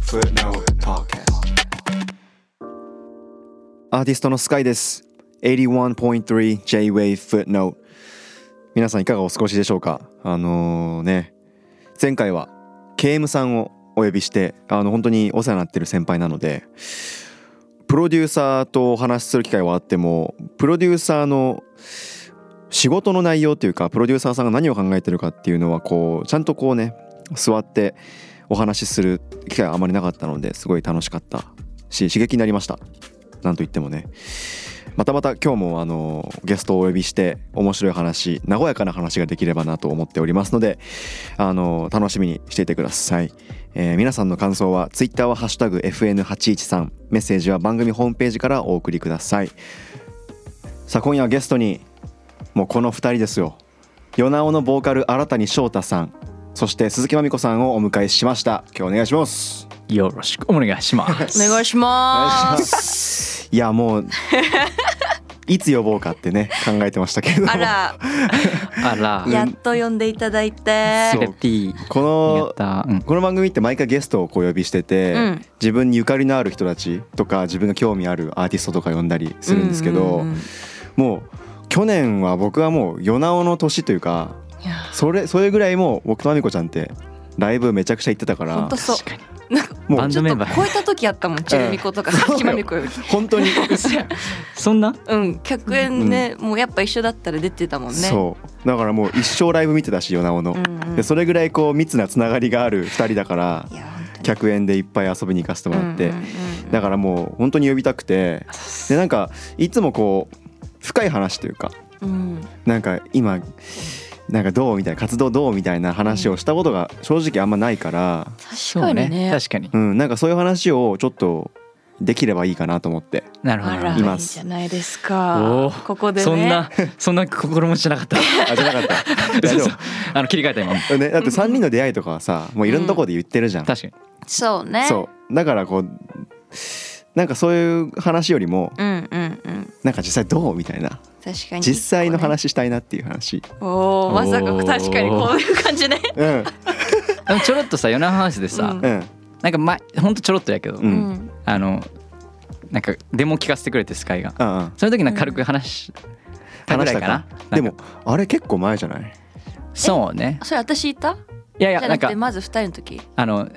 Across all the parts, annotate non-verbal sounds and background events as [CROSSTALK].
Footnote Podcast. アーティストのスカイです。81.3 J-Wave Footnote。皆さんいかがお過ごしでしょうかあのね、前回は KM さんをお呼びして、あの、本当にお世話になってる先輩なので、プロデューサーとお話しする機会はあっても、プロデューサーの仕事の内容というか、プロデューサーさんが何を考えてるかっていうのは、こう、ちゃんとこうね、座ってお話しする機会はあまりなかったので、すごい楽しかったし、刺激になりました。なんといってもねまたまた今日もあのゲストをお呼びして面白い話和やかな話ができればなと思っておりますのであの楽しみにしていてください、えー皆さんの感想は Twitter は「ハッシュタグ #FN813」メッセージは番組ホームページからお送りくださいさあ今夜はゲストにもうこの2人ですよヨナオのボーカル新谷翔太さんそして鈴木まみこさんをお迎えしました今日お願いしますよろしくお願いします。お願いします。いやもういつ呼ぼうかってね考えてましたけれどもあら、あら、やっと呼んでいただいスて。パゲティ。こやっのた。うん。この番組って毎回ゲストをこうお呼びしてて、うん自分にゆかりのある人たちとか自分が興味あるアーティストとか呼んだりするんですけど、ううんうんもう去年は僕はもう夜なおの年というかいやそれそれぐらいもう僕とまみこちゃんってライブめちゃくちゃ行ってたかほんらとそう。確かに。もうバンちドょっメとンバー。超えた時あったもん、チェルミコとか、さっきまみこより。本当にそんな？うん、100円ね、もうやっぱ一緒だったら出てたもんね。そうだからもう一生ライブ見てたし夜なおの、うんうんでそれぐらいこう密なつながりがある2人だからいや本当に客演でいっぱい遊びに行かせてもらって、うんうんうんだからもう本当に呼びたくてでなんかいつもこう深い話というかうんなんか今なんかどうみたいな活動どうみたいな話をしたことが正直あんまないから、確かにね。確かに。うん、なんかそういう話をちょっとできればいいかなと思ってなるほあどら、な。い今いじゃないですかおー。ここでね。そんなそんな心持ちなか [LAUGHS] った。あじゃなかった [LAUGHS] 大そう丈そうあの切り替えた今。夫、ね、だって3人の出会いとかはさもういろんなところで言ってるじゃん、確かに。そうね。そうだからこうなんかそういう話よりもうんうんうん。なんか実際どうみたいな確かに。実際の。話したいなっていう話、おお、まさかおー確かにこういう感じね。うんでもちょろっとさ、ヨナハウスでうさん、うんなんかま本当ちょろっとやけどう、んうんあのなんかデモ聞かせてくれてスカイが。うんうんその時なんか軽く話したぐらいかな話。なでんかも。あれ結構前じゃないそうね。それ私いた？いやいやじなゃなんかくてまず二人の時。あの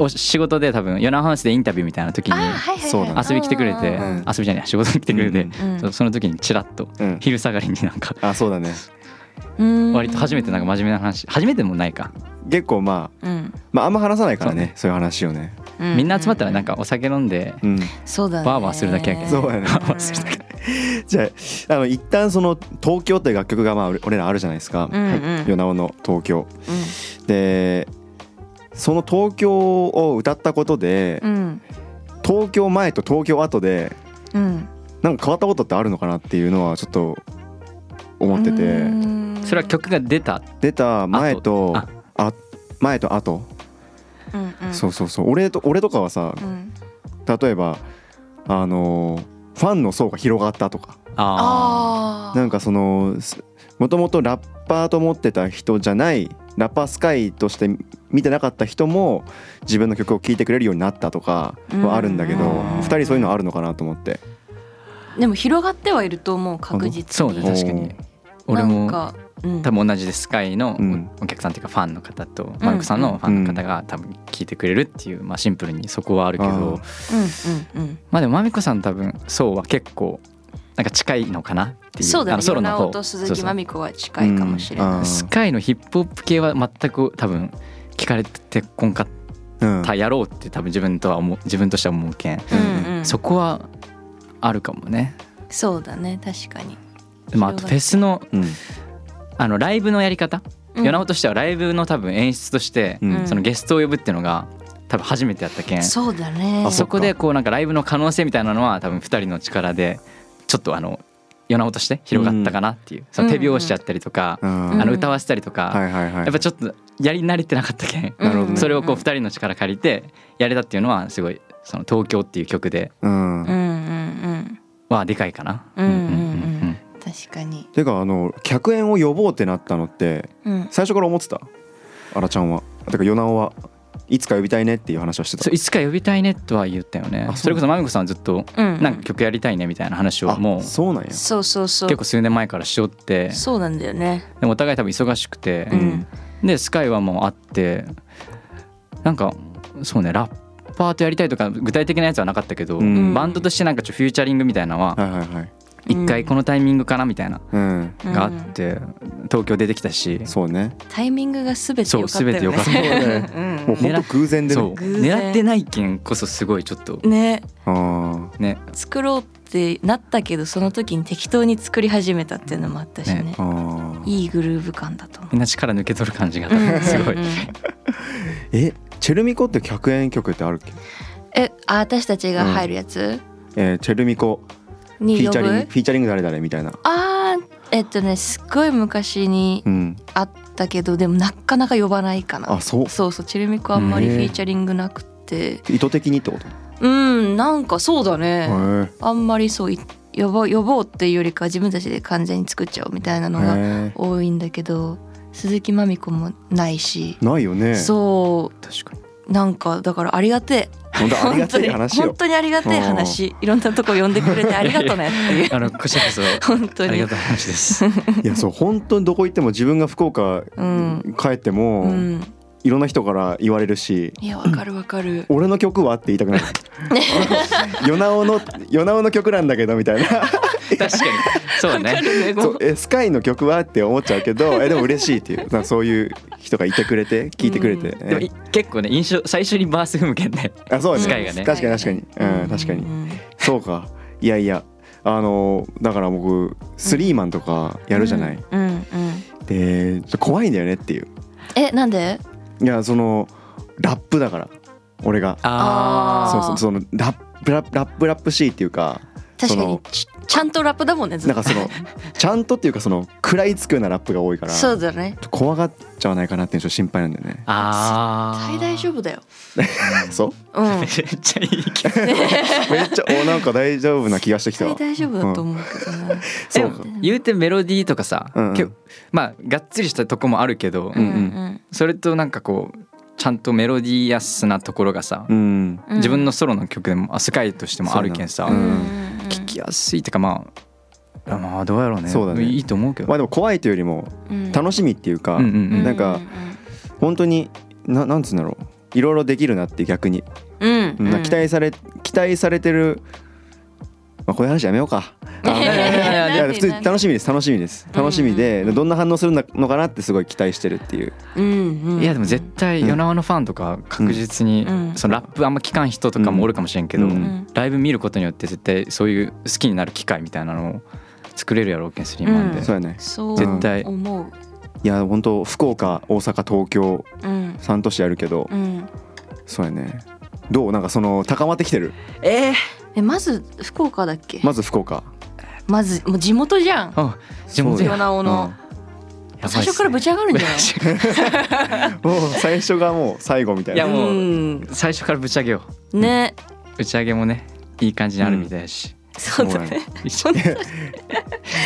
お仕事で多分ヨナハウスでインタビューみたいな時に。いはそうなの遊びに来てくれて、うんうん遊びじゃない仕事に来てくれて、うんうんそうその時にチラッとうん昼下がりになんかあそうだねうん割と初めてなんか真面目な話初めてでもないか、結構まあ、うんまあ、あんま話さないからねそそうういう話をねうんみんな集まったらなんかお酒飲んで、うんそうだねバーバーするだけやけどそうやねバーバーするだけじゃああの一旦その「東京」という楽曲がまあ俺俺らあるじゃないですかうんうんはい米尾の「東京うん」でその「東京」を歌ったことでうん東京前と東京後でうんなんか変わったことってあるのかなっていうのはちょっと思っててうんそれは曲が出た出た前とああ前と後うんうんそうそうそう俺と俺とかはさうん例えばあのファンの層が広がったとかああなんかかそのもともとラッパーと思ってた人じゃないラッパースカイとして見てなかった人も自分の曲を聴いてくれるようになったとかはあるんだけどうん2人そういうのあるのかなと思ってでも広がってはいると思う確ー実そうにね確かおにー俺なんもかうん多分同じでスカイのうんお客さんっていうかファンの方とマルクさんのファンの方が多分聞いてくれるっていう、まあ、シンプルにそこはあるけど、あーうんうんまあでもまみこさん多分そうは結構なんか近いのかなってうんいうそうだあねのソロのヨナオ方とそ鈴うそ木うまみこは近いかもしれうんあなーいスカイのヒップホップ系は全く多分聞かれてこんかっうんたやろうって多分自分とは思う自分としては思うけん、うんうんそこはあるかもね。そうだね確かにまあ、あとフェスのうんあのライブのやり方、うんヨナオとしてはライブの多分演出として、うんそのゲストを呼ぶっていうのが多分初めてやったけんそそうだねあそっかこでこうなんかライブの可能性みたいなのは多分2人の力でちょっとあのヨナオとして広がったかなっていう、その手拍子やったりとか、うんあの歌わせたりとか、はいはいはいやっぱちょっとやり慣れてなかったけんうんなるほどねそれをこう2人の力借りてやれたっていうのはすごい「その東京」っていう曲でうんうんうんはでかいかな。うんうんうんうんうんうん確かにてかあの客演を呼ぼうってなったのってうん最初から思ってたあらちゃんはてかヨナオはいつか呼びたいねっていう話をしてたそういつか呼びたいねとは言ったよねあそうそれこそまみこさんはずっとうんなんか曲やりたいねみたいな話をあもうそうなんやそうそうそう結構数年前からしよってそうなんだよねでもお互い多分忙しくてう、んでスカイはもうあってなんかそうねラッパーとやりたいとか具体的なやつはなかったけど、うんバンドとしてなんかちょっとフューチャリングみたいなのははいはいはい一回このタイミングかなみたいなうんうんがあって東京出てきたしそうねタイミングがすべてそ良うかったよ全ねてよかったそうねうんもうほんと偶然でねそう偶然狙ってない件こそすごいちょっとねあーね作ろうってなったけどその時に適当に作り始めたっていうのもあったしねねあーいいグルーヴ感だと思うみんな力抜け取る感じが多分すごいうんうんうんえチェルミコって100円曲ってあるっけえあ私たちが入るやつえーチェルミコフにィー呼チャリングぶフィーチャリング誰々みたいなあーえっとねすっごい昔にうんあったけどでもなかなか呼ばないかなあそうそうそうチェルミコあんまりへーフィーチャリングなくて意図的にってことうんなんかそうだねへあんまりそうい呼ぼう呼ぼうっていうよりかは自分たちで完全に作っちゃおうみたいなのがえ多いんだけど鈴木まみ子もないしないよねそ確かにうなんかだからありがて本え当ありが本当たいに話よ本当にありがてえ話いろんなとこ呼んでくれてありがとねって [LAUGHS] いうあのこちらこそあ本当りにがたい話ですいやそう本当にどこ行っても自分が福岡うん帰っても、うんいろんな人から言われるしいやわかるわかる「俺の曲は?」って言いたく [LAUGHS] なる「ヨナオのヨナオの曲なんだけど」みたいな確かにそうだね「 [LAUGHS] そうえスカイの曲は?」って思っちゃうけどえでも嬉しいっていうなんかそういう人がいてくれて聞いてくれて、でもい結構ね印象最初にバース踏むけんねあそうねスカイがね確かに確かに、うん確かに、そうかいやいやあのだから僕スリーマンとかやるじゃない、うんうんで怖いんだよねっていうえなんでいやそのラップだから俺があーそうそうそのラップラップラップラップしいっていうか確かそにのちちゃんとラップだもんねずなっんとかそのちゃんとっていうかその食らいつくようなラップが多いからそうちょだねっと怖がっちゃわないかなっていうのちょっと心配なんだよねあ大ー大丈夫だよそううんめっちゃいい気分めっちゃおなんか大丈夫な気がしてきた大わ大丈夫だと思うけどなでそうもか言うてメロディーとかさ、うんうん結構まあがっつりしたとこもあるけど、うんうんそれとなんかこうちゃんとメロディーやすなところがさ、うんうん自分のソロの曲でもあ世界としてもあるけんさ、そうなの聞きやすいってかまああまあどうやろうねそうだねいいと思うけど、まあでも怖いというよりも楽しみっていうか、うんうんうんなんか本当にななんつうんだろういろいろできるなって逆に、うんうん期待され期待されてるまあこういう話やめようか。あの [LAUGHS] いやいや普通に楽しみです楽しみです楽しみでどんな反応するのかなってすごい期待してるっていう。いやでも絶対うん与那覇のファンとか確実に、うんそのラップあんま聞かん人とかもおるかもしれんけど、うんうんライブ見ることによって絶対そういう好きになる機会みたいなのを作れるやろうけんスリーマンで、うんそうやねそう絶対思ういや本当福岡大阪東京うん3都市やるけど、うんそうやねどうなんかその高まってきてるえーえまず福岡だっけまず福岡まずもう地元じゃんあ地元そうやヨナオのやばいっすね最初からぶち上がるんじゃないもう最初がもう最後みたいいやなもううん [LAUGHS] 最初からぶち上げよねう打ち上げもねいい感じにあるみたいやし、そうだね一緒に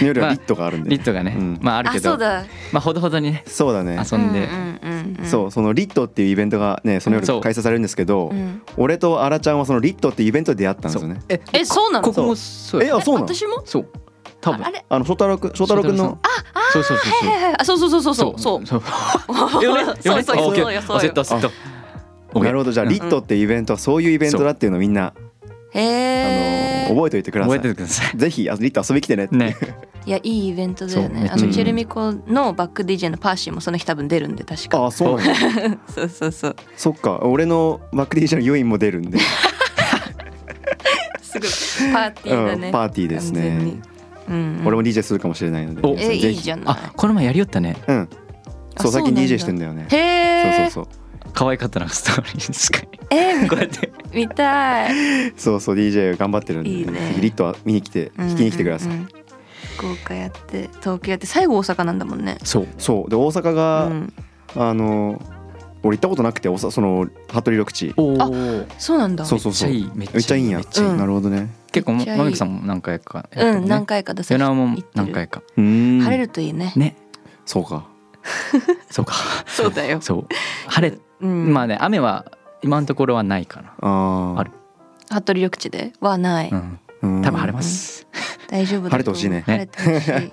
よりはリットがあるんで、リットがね、うんまああるあけそどうだまあほどほどにねそうだね遊んで、うんうんうんそうそのリットっていうイベントがねそのそ夜う開催されるんですけど、うん俺とアラちゃんはそのリットっていうイベントで出会ったんですよねええそうなのここもそうえやあそうなの私もそう多分あれあの翔太郎くん翔太郎くんのそうそうそうはいはいあそうそうそうそうそうそうそうよね [LAUGHS] よねそうそうオッケーそうよそうよ焦った焦ったオッケーなるほどじゃあリットっていうイベントはそういうイベントだっていうのをみんな、へあのえ覚えておいてくださ覚いえててくださいぜひあリット遊び来てねって [LAUGHS] ねいやいいイベントだよそうめねっちゃあいいのチェルミコのバック DJ のパーシーもその日多分出るんで確かあそうなんやそうそうそうそっか俺のバックディージャーのユインも出るんで、すごいパーティーだうねんパーティーです完全にねうんうん俺も DJ するかもしれないのでおえぜひいいじゃないあこの前やりよったねうんあそうそ最うな近んだ DJ してんだよねへえそうそう可愛かったなストーリーですかえーこうやってみ見たいそうそうそう DJ 頑張ってるんで、いいねぜひリットは見に来て聞きに来てください、うんうんうん福岡やって東京やって最後大阪なんだもんねそうそうで大阪うが、んあの俺行ったことなくておさその服部緑地おあおそうなんだそうそうそうめっちゃいいめっちゃいいんやめっちゃいいうんなるほどね結構まめっちゃいいまみこさんも何回かやったうもん何ね回か出さヨせてナオも行ってる何回かうーん晴れるといいねねそうかそうか [LAUGHS] そうだよそう晴れうんまあね雨は今のところはないかな、あーある服部緑地ではない、うん、うん多分晴れます、大丈夫だと思う晴れてほしいね晴れてほしい、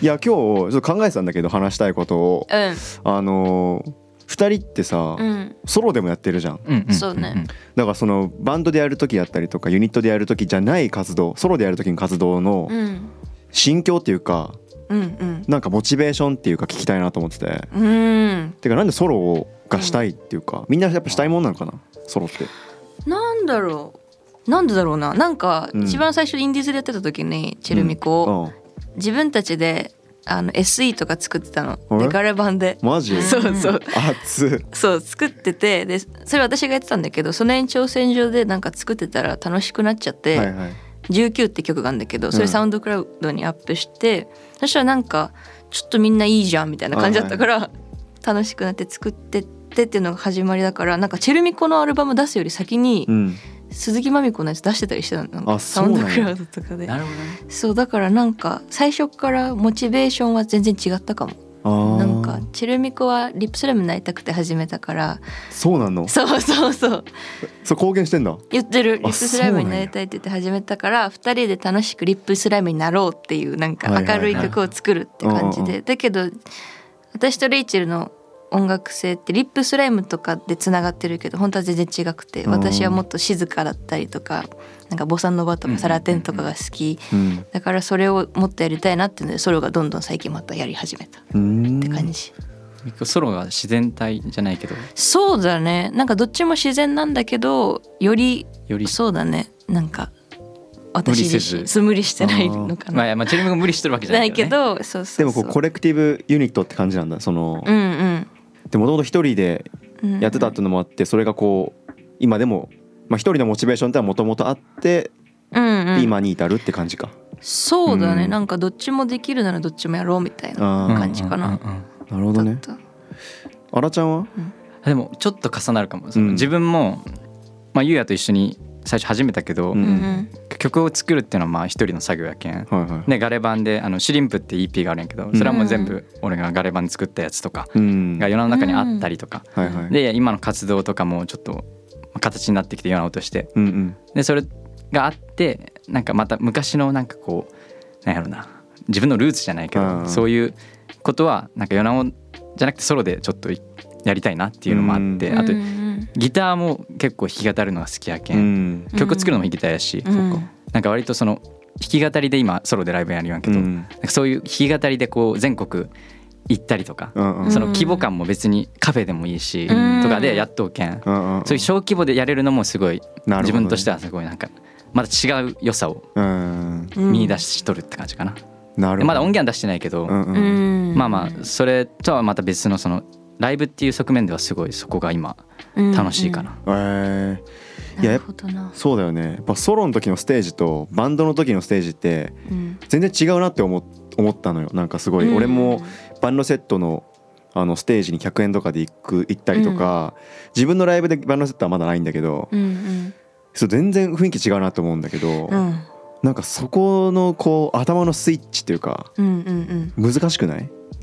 いや今日ちょっと考えてたんだけど話したいことを [LAUGHS] あのー2人ってさ、うんうんソロでもやってるじゃんうんんんんそうねだからそのバンドでやる時だったりとかユニットでやる時じゃない活動ソロでやる時の活動のうん心境っていうかうんなんかモチベーションっていうか聞きたいなと思っててうんうんてかなんでソロをがしたいっていうかみんなやっぱしたいもんなのかなソロってなんだろうなんでだろうななんかうん一番最初インディーズでやってた時にチェルミコ、うんうん自分たちであの SE とか作ってたのあれデカレ版でマジ [LAUGHS] そうそう熱っそう作っててでそれ私がやってたんだけどその延長線上でなんか作ってたら楽しくなっちゃって「はいはい19」って曲があるんだけどそうれんサウンドクラウドにアップして、そしたらなんかちょっとみんないいじゃんみたいな感じだったから、楽しくなって作ってってっていうのが始まりだからなんかチェルミコのアルバム出すより先にうん鈴木まみこのやつ出してたりしてたのなんかあサそうウンなんドやクラウドとかでなるほどねそうだからなんか最初からモチベーションは全然違ったかもあーなんかチェルミコはリップスラムになりたくて始めたからそうなのそうそうそうそう公言してんだ言ってるリッあプスライムになりたいって言って始めたから2人で楽しくリップスライムになろうっていうなんかはいはい明はるいい曲を作るって感じうんうんでだけど私とレイチェルの音楽性ってリップスライムとかでつながってるけど本当は全然違くてうん私はもっと静かだったりとかなんかボサノバとかサラテンとかが好きうんだからそれをもっとやりたいなっていうのでソロがどんどん最近またやり始めたっうんて感じ。ミコソロが自然体じゃないけどそうだねなんかどっちも自然なんだけどよりよりそうだねなんか無理せ私自ず身そう無理してないのかまあな、いやまあチェルミコ無理してるわけじゃなないいけけど、ね、どそうそうでもこそううコレクティブユニットって感じなんだそのうんうんでもともと一人でうんうんやってたっていうのもあってそれがこう今でもまあ、一人のモチベーションってのはもともとあって、うんでうん今に至るって感じか。そうだね、うんなんかどっちもできるならどっちもやろうみたいなあうんあ感じかなうんうんうんなるほどだねっ。たあらちゃんは？でもちょっと重なるかも、そのうん自分も、まあ、ゆうやと一緒に最初始めたけど、ううんんうん曲を作るっていうのはまあ一人の作業やけん。はいはい。でガレ版であのシュリンプって EP があるんやけどそれはもう全部俺がガレ版で作ったやつとかうん。がはい世の中にあったりとか、はい。で今の活動とかもちょっと形になってきて世の音としてうんうん。でそれがあってなんかまた昔のなんかこうなんやろな自分のルーツじゃないけど、うんそういうことはなんか世直じゃなくてソロでちょっとやりたいなっていうのもあって、うあとうんうんギターも結構弾き語るのが好きやけ、うんん。曲作るのも弾きたいやし、うんなんか割とその弾き語りで今ソロでライブやるんやけど、うんなんかそういう弾き語りでこう全国行ったりとか、うんうんその規模感も別にカフェでもいいし、うんとかでやっとけん、うんうん。そういう小規模でやれるのもすごない、るほどね自分としてはすごいなんかまた違う良さをうん。うん見出しとるって感じかな、なるほでど。まだ音源は出してないけど、うんううん。んまあまあそれとはまた別のそのライブっていう側面ではすごいそこが今楽しいかな、えうんえ。いやなやるっぱほどな、そうだよね。やっぱソロの時のステージとバンドの時のステージってうん、全然違うなって思っ思ったのよ。なんかすごい。俺も。バンドセットのあのステージに100円とかで行く行ったりとか、自分のライブでバンドセットはまだないんだけど、うんそう全然雰囲気違うなと思うんだけど、うんうんなんかそこのこう頭のスイッチっていうかうんうんうん難しくない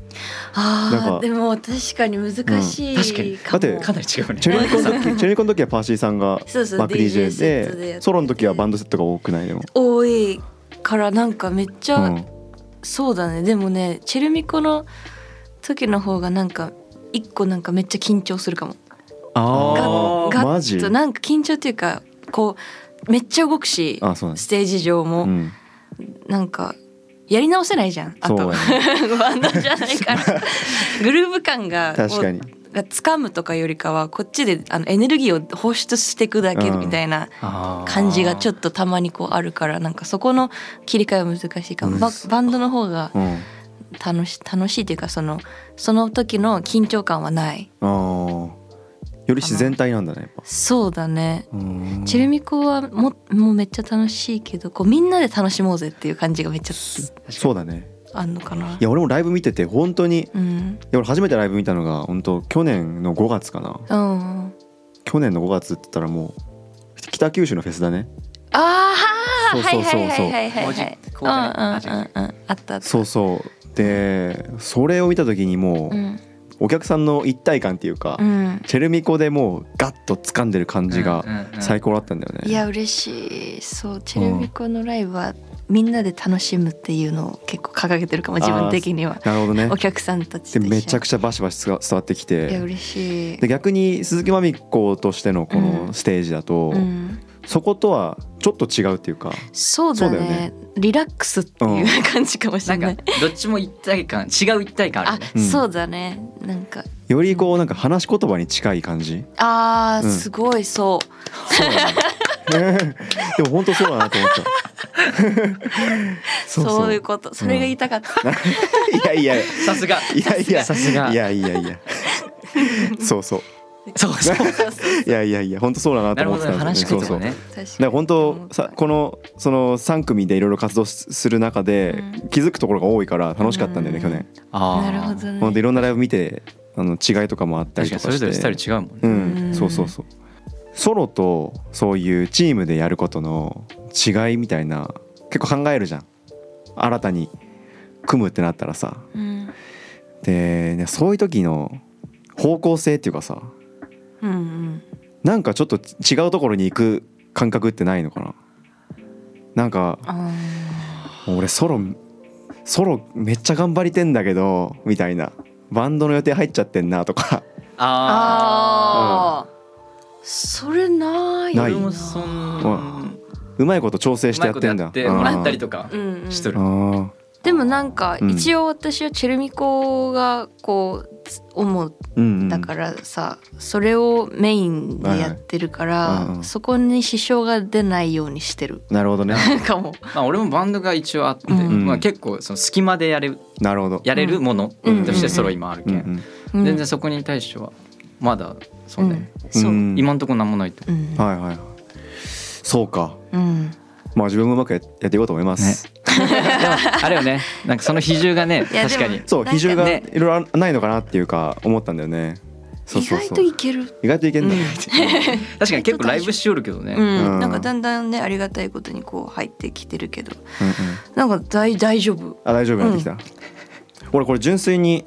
なんあかーでも確かに難しい確かにかも、だってかなり違うねチェルミコの時チェルミコの時はパーシーさんがそうそうバック DJ セット DJ でやってでソロの時はバンドセットが多くないでも、多いからなんかめっちゃ、うんそうだねでもねチェルミコの時の方がなんか一個なんかめっちゃ緊張するかもあガーマッジとなんか緊張っていうかこうめっちゃ動くしあそうなんでスす、テージ上も、うん、なんかやり直せないじゃんあとそうや [LAUGHS] バンドじゃないからグルーヴ感が確かにもうが掴むとかよりかはこっちであのエネルギーを放出していくだけうんみたいな感じがちょっとたまにこうあるからなんかそこの切り替えは難しいかも、うんババンドの方がうん、楽し楽しいっていうかそのその時の緊張感はないあーより自然体なんだねやっぱそうだねうんチェルミコはももうめっちゃ楽しいけどこうみんなで楽しもうぜっていう感じがめっちゃそうだねあんのかないや俺もライブ見てて本当にうんいや俺初めてライブ見たのが本当去年の5月かなうんうん去年の5月って言ったらもう北九州のフェスだねああそうはそういそうはそういはいはいはこいうはじいこううんじうゃないんうんうんあったあったそうそうでそれを見た時にもう、うんお客さんの一体感っていうか、うんチェルミコでもうガッと掴んでる感じがうんうんうん最高だったんだよね、いや嬉しいそうチェルミコのライブはみんなで楽しむっていうのを結構掲げてるかも自分的にはなるほどねお客さんたちとで一緒にめちゃくちゃバシバシ伝わってきいやて嬉しいで逆に鈴木まみ子としてのこうのんステージだと、うん、そことはちょっと違うっていうかそうだねそうだよねリラックスっていう感じかもしなれんない、かどっちも一体感違う一体感あるあよね。うんそうだねなんかよりこうなんか話し言葉に近い感じあー、うんすごいそうそうだね [LAUGHS] でも本当そうだなと思 [LAUGHS] ったそういいうことそれが言いたかった、やいやいさすが。やいやさすがいやいやいやそうそうそうそう。そうそういやいやいや本当そうだなとなる思ほってどたねんです話しよね方がね。確かだからに本当さこのその3組でいろいろ活動すする中でうん気づくところが多いから楽しかったんだよねうん去年あーなるほどねほんといろんなライブ見てあの違いとかもあったり確とかかにしてそれぞれスタイル違うもんうね。ん、うんそうそうそうソロとそういうチームでやることの違いみたいな結構考えるじゃん新たに組むってなったらさうんで、ね、そういう時の方向性っていうかさうんうんなんかちょっと違うところに行く感覚ってないのかななんかあ俺ソロソロめっちゃ頑張りてんだけどみたいなバンドの予定入っちゃってんなとか [LAUGHS] ああー、それないあ。なな俺いもそん。うまいこと調整うしてまいやっことてやんだってもらったりとかうんうんしとるあ。ーあでもなんかうん一応私はチェルミコがこうつ思うーうんうんだからさ、それをメインでやってるから、はいはいうんうんそこに支障が出ないようにしてるなるほ [LAUGHS] どねかも。まあ俺もバンドが一応あって、うんまあ結構その隙間でやれなるほどやれるものとしてソロ今あるうけ。んうんんうん全然そこに対してはまだそうね。うんそう、ん今んとこ何もないと。うんはいはいそうかうんまあ自分もうまくやっていこうと思います、でもあれよね。なんかその比重がねいやで確もかに。そうなん比か重がいねろいろあないのかなっていうか思ったんだよねそう意そう外そとういける、意外といけんだ、うん確かに結構ライブしよるけどね。うんうんなんかだんだんねありがたいことにこう入ってきてるけどうんうんなんか大大丈夫あ大丈夫になってきた、俺これ純粋に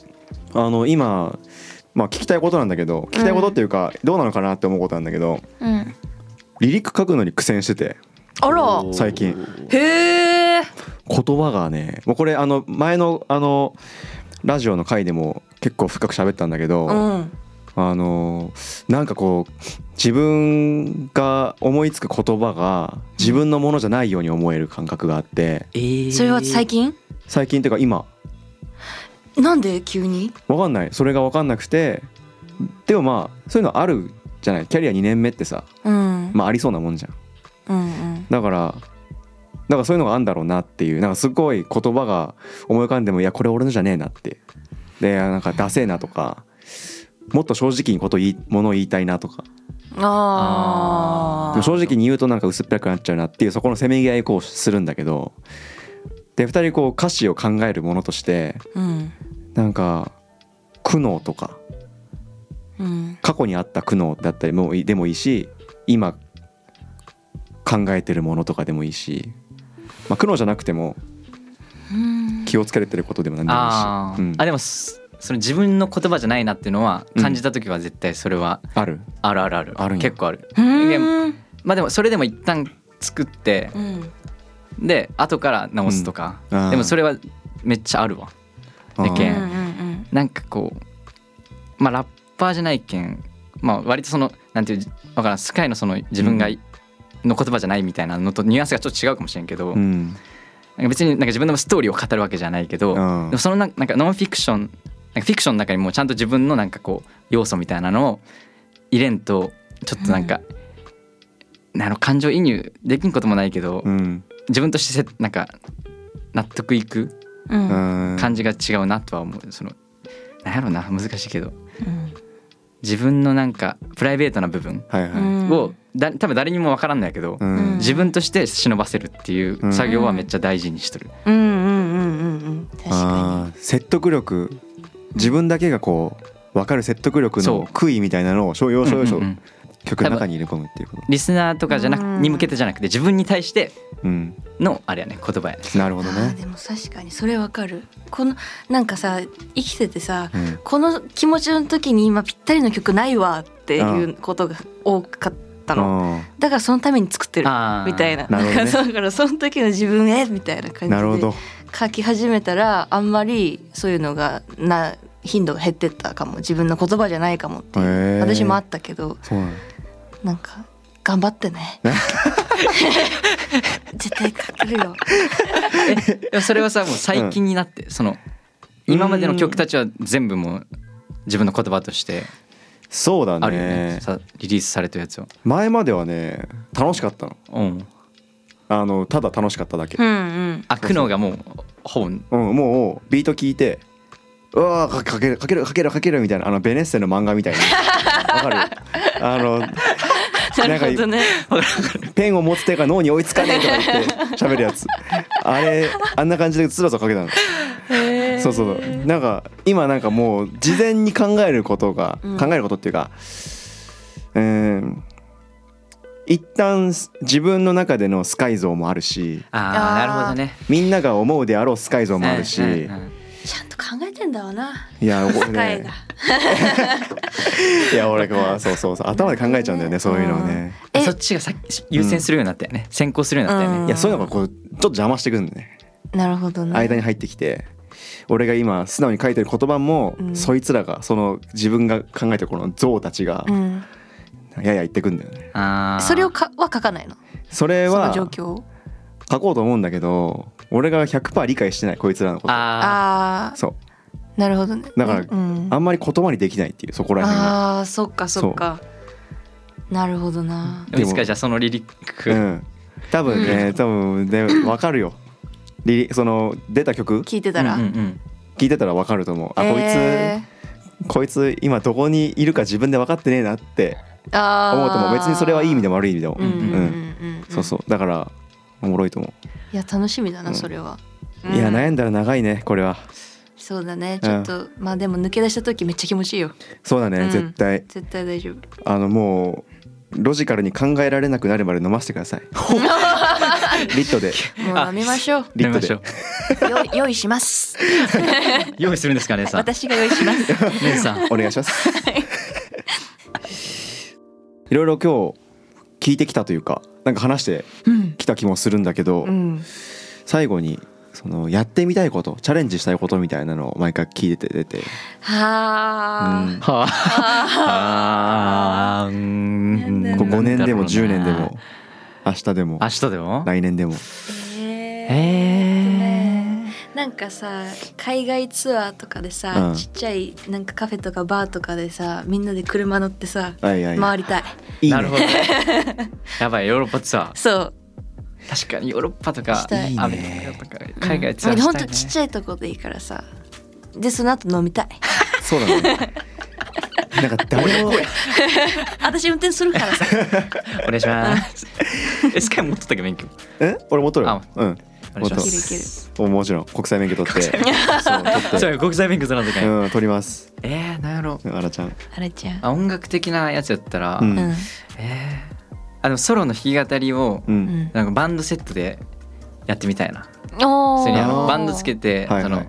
あの今まあ聞きたいことなんだけど聞きたいことっていうか、どうなのかなって思うことなんだけどうんリリック書くのに苦戦しててあら最近へえ言葉がねもうこれあの前のあのラジオの回でも結構深く喋ったんだけど、うんあのなんかこう自分が思いつく言葉が自分のものじゃないように思える感覚があってそれは最近最近っていうか今なんで急にわかんないそれが分かんなくてでもまあそういうのあるじゃないキャリア2年目ってさうん、まあありそうなもんじゃんうんだからだからそういうのがあるんだろうなっていうなんかすごい言葉が思い浮かんでもいやこれ俺のじゃねえなってでなんかダセえなとかもっと正直にこと言いものを言いたいなとかうんあでもあ正直に言うとなんか薄っぺらくなっちゃうなっていうそこのせめぎ合いをこうするんだけどで2人こう歌詞を考えるものとしてうんなんか苦悩とかうん過去にあった苦悩だったりもいでもいいし今考えてるものとかでもいいし、まあ、苦悩じゃなくてもうん気をつけれてることでも何であー、もいいし、うんあでもすその自分の言葉じゃないなっていうのは感じた時は絶対それはあるあるあるあるあるんや結構あるうんまあでもそれでも一旦作ってうんで後から直すとか、うんあーでもそれはめっちゃあるわあーけうんんうんなんかこうまあラッパーじゃないけんまあ割とそのなんていうわからんスカイのその自分が、うの言葉じゃないみたいなのとニュアンスがちょっと違うかもしれんけど、うんなんか別になんか自分のストーリーを語るわけじゃないけど、うんでもそのななんかノンフィクションなんかフィクションの中にもちゃんと自分のなんかこう要素みたいなのを入れんとちょっとなんか、あの感情移入できんこともないけど、うん自分としてせなんか納得いくうんうんうん感じが違うなとは思うそのなんやろうな難しいけどうん自分のなんかプライベートな部分はいはい、うんを、だ多分誰にも分からんのやけど、うんうん自分として忍ばせるっていう作業はめっちゃ大事にしとる。うんうんうんうんうん確かあー説得力自分だけがこう分かる説得力そのう悔いみたいなのを要所要所うんうんうん曲の中に入れ込むっていうことリスナーとかじゃなうくんに向けてじゃなくて自分に対してうんのあれやね言葉やねなるほどあーねでも確かにそれわかるこのなんかさ生きててさうんこの気持ちの時に今ぴったりの曲ないわっていうことが多かったのあだからそのために作ってるあーみたいななるほどねんかそう [LAUGHS] だからその時の自分へみたいなー感なるほじでど書き始めたらあんまりそういうのがな頻度が減ってったかも自分の言葉じゃないかもっていう、へー私もあったけどそうなのなんか頑張って [LAUGHS] ね絶対書けるよでもそれはさもう最近になって、その今までの曲たちは全部もう自分の言葉としてそうだあるよねねさリリースされたやつは前まではね楽しかったのうんあのただ楽しかっただけうんうんあ苦悩がもうほぼうん、もうビート聞いてうわーかかけるかけるかけるかけるみたいなあのベネッセの漫画みたいなわかるあ [LAUGHS] のなるほどねペンを持つ手が脳に追いつかねえとか言って喋るやつあれあんな感じでつらつらかけたのそうそうなんか今なんかもう事前に考えることが、うん考えることっていうかうん一旦自分の中でのスカイ像もあるしああなるほどねみんなが思うであろうスカイ像もあるし、うんうんうんちゃんと考えてんだわないや俺世界ねがいや俺はそうそうそう頭で考えちゃうんだよねそういうのはね、えそっちがさ優先するようになったよね、先行するようになったよね、うんいやそういうのがこうちょっと邪魔してくるんだよねなるほどね間に入ってきて俺が今素直に書いてる言葉も、うんそいつらがその自分が考えてるこの像たちがうんやや言ってくんだよねあーそれをかは書かないのそれそのは状況を書こうと思うんだけど俺が100%理解してないこいつらのことあああそうなるほどねだからうんあんまり言葉にできないっていうそこら辺があーそっかそっかなるほどなーでもいでもつかじゃあそのリリック、うん多分ね、多分ね分かるよリリその出た曲聞いてたら、うんうん聞いてたら分かると思うあ、えこいつこいつ今どこにいるか自分で分かってねえなってーあー思うと思う別にそれはいい意味でも悪い意味でも、うんうんうんううん、そうそうだからおもろいと思いや楽しみだな、うんそれはう、いやうん悩んだら長いねこれはそうだねちょっと、まあでも抜け出した時めっちゃ気持ちいいよそうだね、うん絶対絶対大丈夫あのもうロジカルに考えられなくなるまで飲ませてください [LAUGHS] リットでもう飲みましょうリ飲ッみトましょでうよ用意 [LAUGHS] します用意するんですかねさん私が用意しますねさんお願いしますいろいろ今日聞いてきたというかなんか話してうんきた気もするんだけど、うん最後にそのやってみたいことチャレンジしたいことみたいなのを毎回聞いててて、はうんあ、はああなんだこうろ5年でも10年でなんだろうも明日でもな明日でも来年でもえええなんかさ海外ツアーとかでさ、うんちっちゃいなんかカフェとかバーとかでさみんなで車乗ってさはいはい回りたいいいねなる [LAUGHS] ほどやばいヨーロッパツアーそう確かにヨーロッパとかしたいアメリカとか海外ツアーうんしほんたいとねちっちゃいとこでいいからさでその後飲み [LAUGHS] たいそうだねなんか誰も私運転するからさお願いします [LAUGHS] えスカイ持っとったっけ免許え俺持っとるよあうんお願いしまいいけるいすけるおもちろん国際免許取ってそう取って [LAUGHS] そう国際免許取らんといけないうん取りますえー、なんやろうあらちゃんあれちゃんあ音楽的なやつやったら、うんうんえー、あのソロの弾き語りを、ううんんなんかバンドセットでやってみたいなお普通ーにあのあーバンドつけて、はいはいその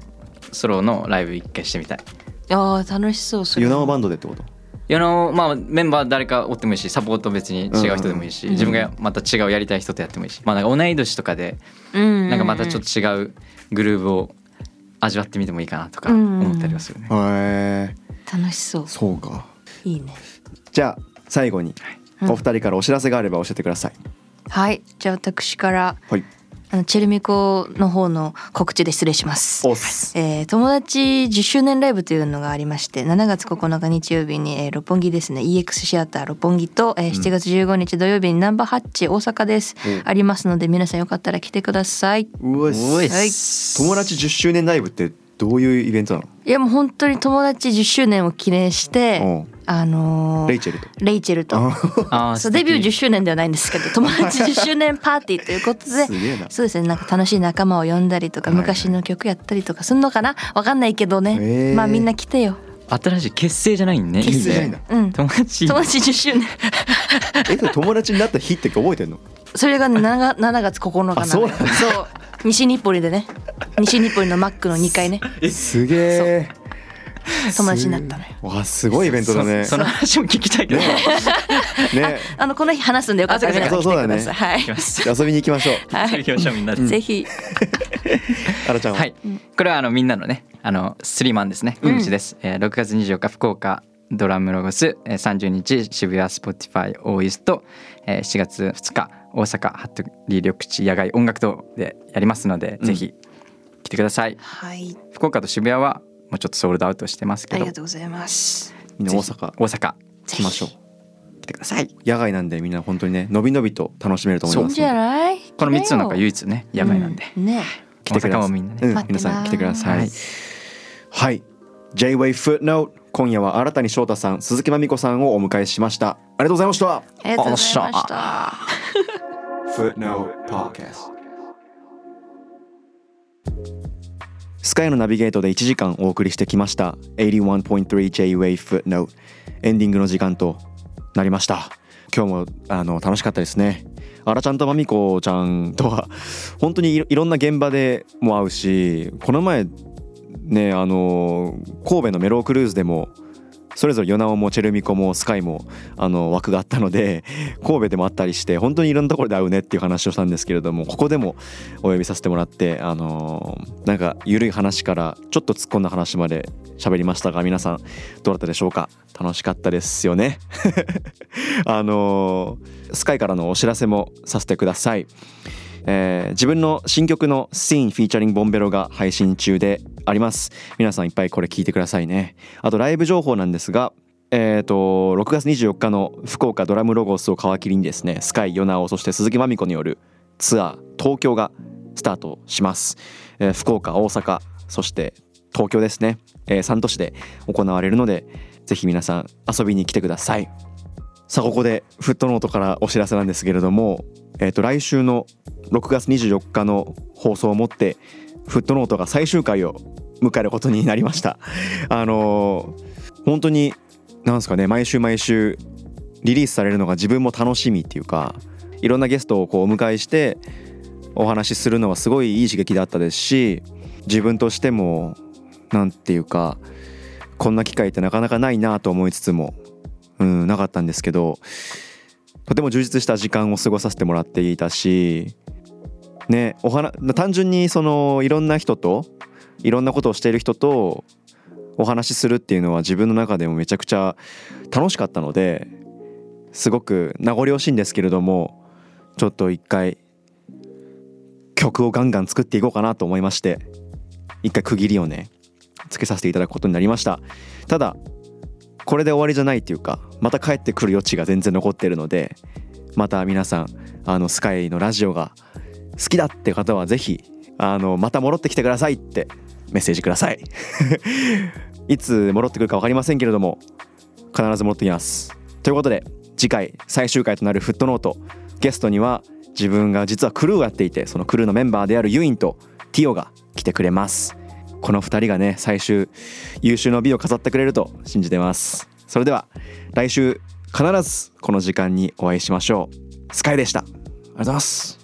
ソロのライブ一回してみたいあー楽しそうそれユナオバンドでってこと世の、まあ、メンバー誰かおってもいいしサポート別に違う人でもいいし、うんうん自分がまた違うやりたい人とやってもいいし、まあ、なんか同い年とかでうんなんかまたちょっと違うグルーブを味わってみてもいいかなとか思ったりはするね。へえ楽しそうそうかいいねじゃあ最後にうんお二人からお知らせがあれば教えてくださいはいじゃあ私からはいあのチェルミコの方の告知で失礼しますおっすえー友達10周年ライブというのがありまして7月9日日曜日に、えー六本木ですね EX シアター六本木と、えー7月15日土曜日にナンバーハッチ大阪です、おありますので皆さんよかったら来てくださいうわっすおいっはいす友達10周年ライブってどういうイベントないやもう本当に友達10周年を記念して、のあうのんーレイチェルとレイチェルとああーそうデビュー10素周年ではないんで [LAUGHS] すけど友達10周年パーティーということですげえなそうですねなんか楽しい仲間を呼んだりとかはいはい昔の曲やったりとかすんのかなわかんないけどね、へえまあみんな来てよ敵新しい結成じゃないんね結成じゃないんだうん友友達達10周年えそれ友達になった日って覚えてんのそれがね 7, 7月9日なのあそうなんだそう西日暮里でね西日暮里のマックの2階ねすげえ友達になったのよわあすごいイベントだねそその話も聞きたいけど、 [LAUGHS] ねねあのこの日話すんでよかったらあそう皆かさん来そてうくかださいはいいきます遊びに行きましょう [LAUGHS] は行きましょうみんなで、いぜひあらちゃんは、はい、これはあのみんなのねあのスリーマンですねうん告知です、えー6月24日福岡ドラムロゴス、えー、30日渋谷スポティファイオーイスト、えー7月2日大阪服部緑地野外音楽堂でやりますので、うんぜひ来てくださいはい福岡と渋谷はもうちょっとソールドアウトしてますあけどりがとうございますみんな大阪大阪来ましょう来てください野外なんでみんな本当にねのびのびと楽しめると思いいいまんすじゃないこの3つの中唯一一ね野外なんで、ね来てくださいみんなね、う待っ皆てますさん来てくださはいいはい J-Way Footnote 今夜は新谷翔太さん鈴木まみこさんをお迎えしましたありがとうございましたありがとうございました。 Footnote Podcast. スカイのナビゲートで1時間お送りしてきました 81.3JWAVE Footnote エンディングの時間となりました今日もあの楽しかったですねあらちゃんとまみこちゃんとは [LAUGHS] 本当にいろいろんな現場でも会うしこの前ねあの神戸のメロークルーズでもそれぞれヨナオもチェルミコもスカイもあの枠があったので神戸でもあったりして本当にいろんなところで会うねっていう話をしたんですけれどもここでもお呼びさせてもらってあのーなんか緩い話からちょっと突っ込んだ話まで喋りましたが皆さんどうだったでしょうか楽しかったですよね [LAUGHS] あのースカイからのお知らせもさせてくださいえー自分の新曲の「シーンフィーチャリングボンベロが配信中であります皆さんいっぱいこれ聞いてくださいねあとライブ情報なんですがえー、と6月24日の福岡ドラムロゴスを皮切りにですねスカイ・ヨナオそして鈴木まみこによるツアー東京がスタートします、えー福岡大阪そして東京ですね、え3都市で行われるのでぜひ皆さん遊びに来てくださいさあここでフットノートからお知らせなんですけれども、えー、と来週の6月24日の放送をもってフットノートが最終回を迎えることになりました [LAUGHS] あのー本当になんですかね毎週毎週リリースされるのが自分も楽しみっていうかいろんなゲストをこうお迎えしてお話しするのはすごいいい刺激だったですし自分としてもなんていうかこんな機会ってなかなかないなと思いつつも、うん、なかったんですけどとても充実した時間を過ごさせてもらっていたしねお話単純にそのいろんな人といろんなことをしている人とお話しするっていうのは自分の中でもめちゃくちゃ楽しかったのですごく名残惜しいんですけれどもちょっと一回曲をガンガン作っていこうかなと思いまして一回区切りをねつけさせていただくことになりましたただこれで終わりじゃないっていうかまた帰ってくる余地が全然残ってるのでまた皆さんあのスカイのラジオが好きだって方はぜひあのまた戻ってきてくださいってメッセージください [LAUGHS] いつ戻ってくるか分かりませんけれども必ず戻ってきますということで次回最終回となるフットノートゲストには自分が実はクルーをやっていてそのクルーのメンバーであるユインとティオが来てくれますこの2人がね最終優秀の美を飾ってくれると信じてますそれでは来週必ずこの時間にお会いしましょうスカイでしたありがとうございます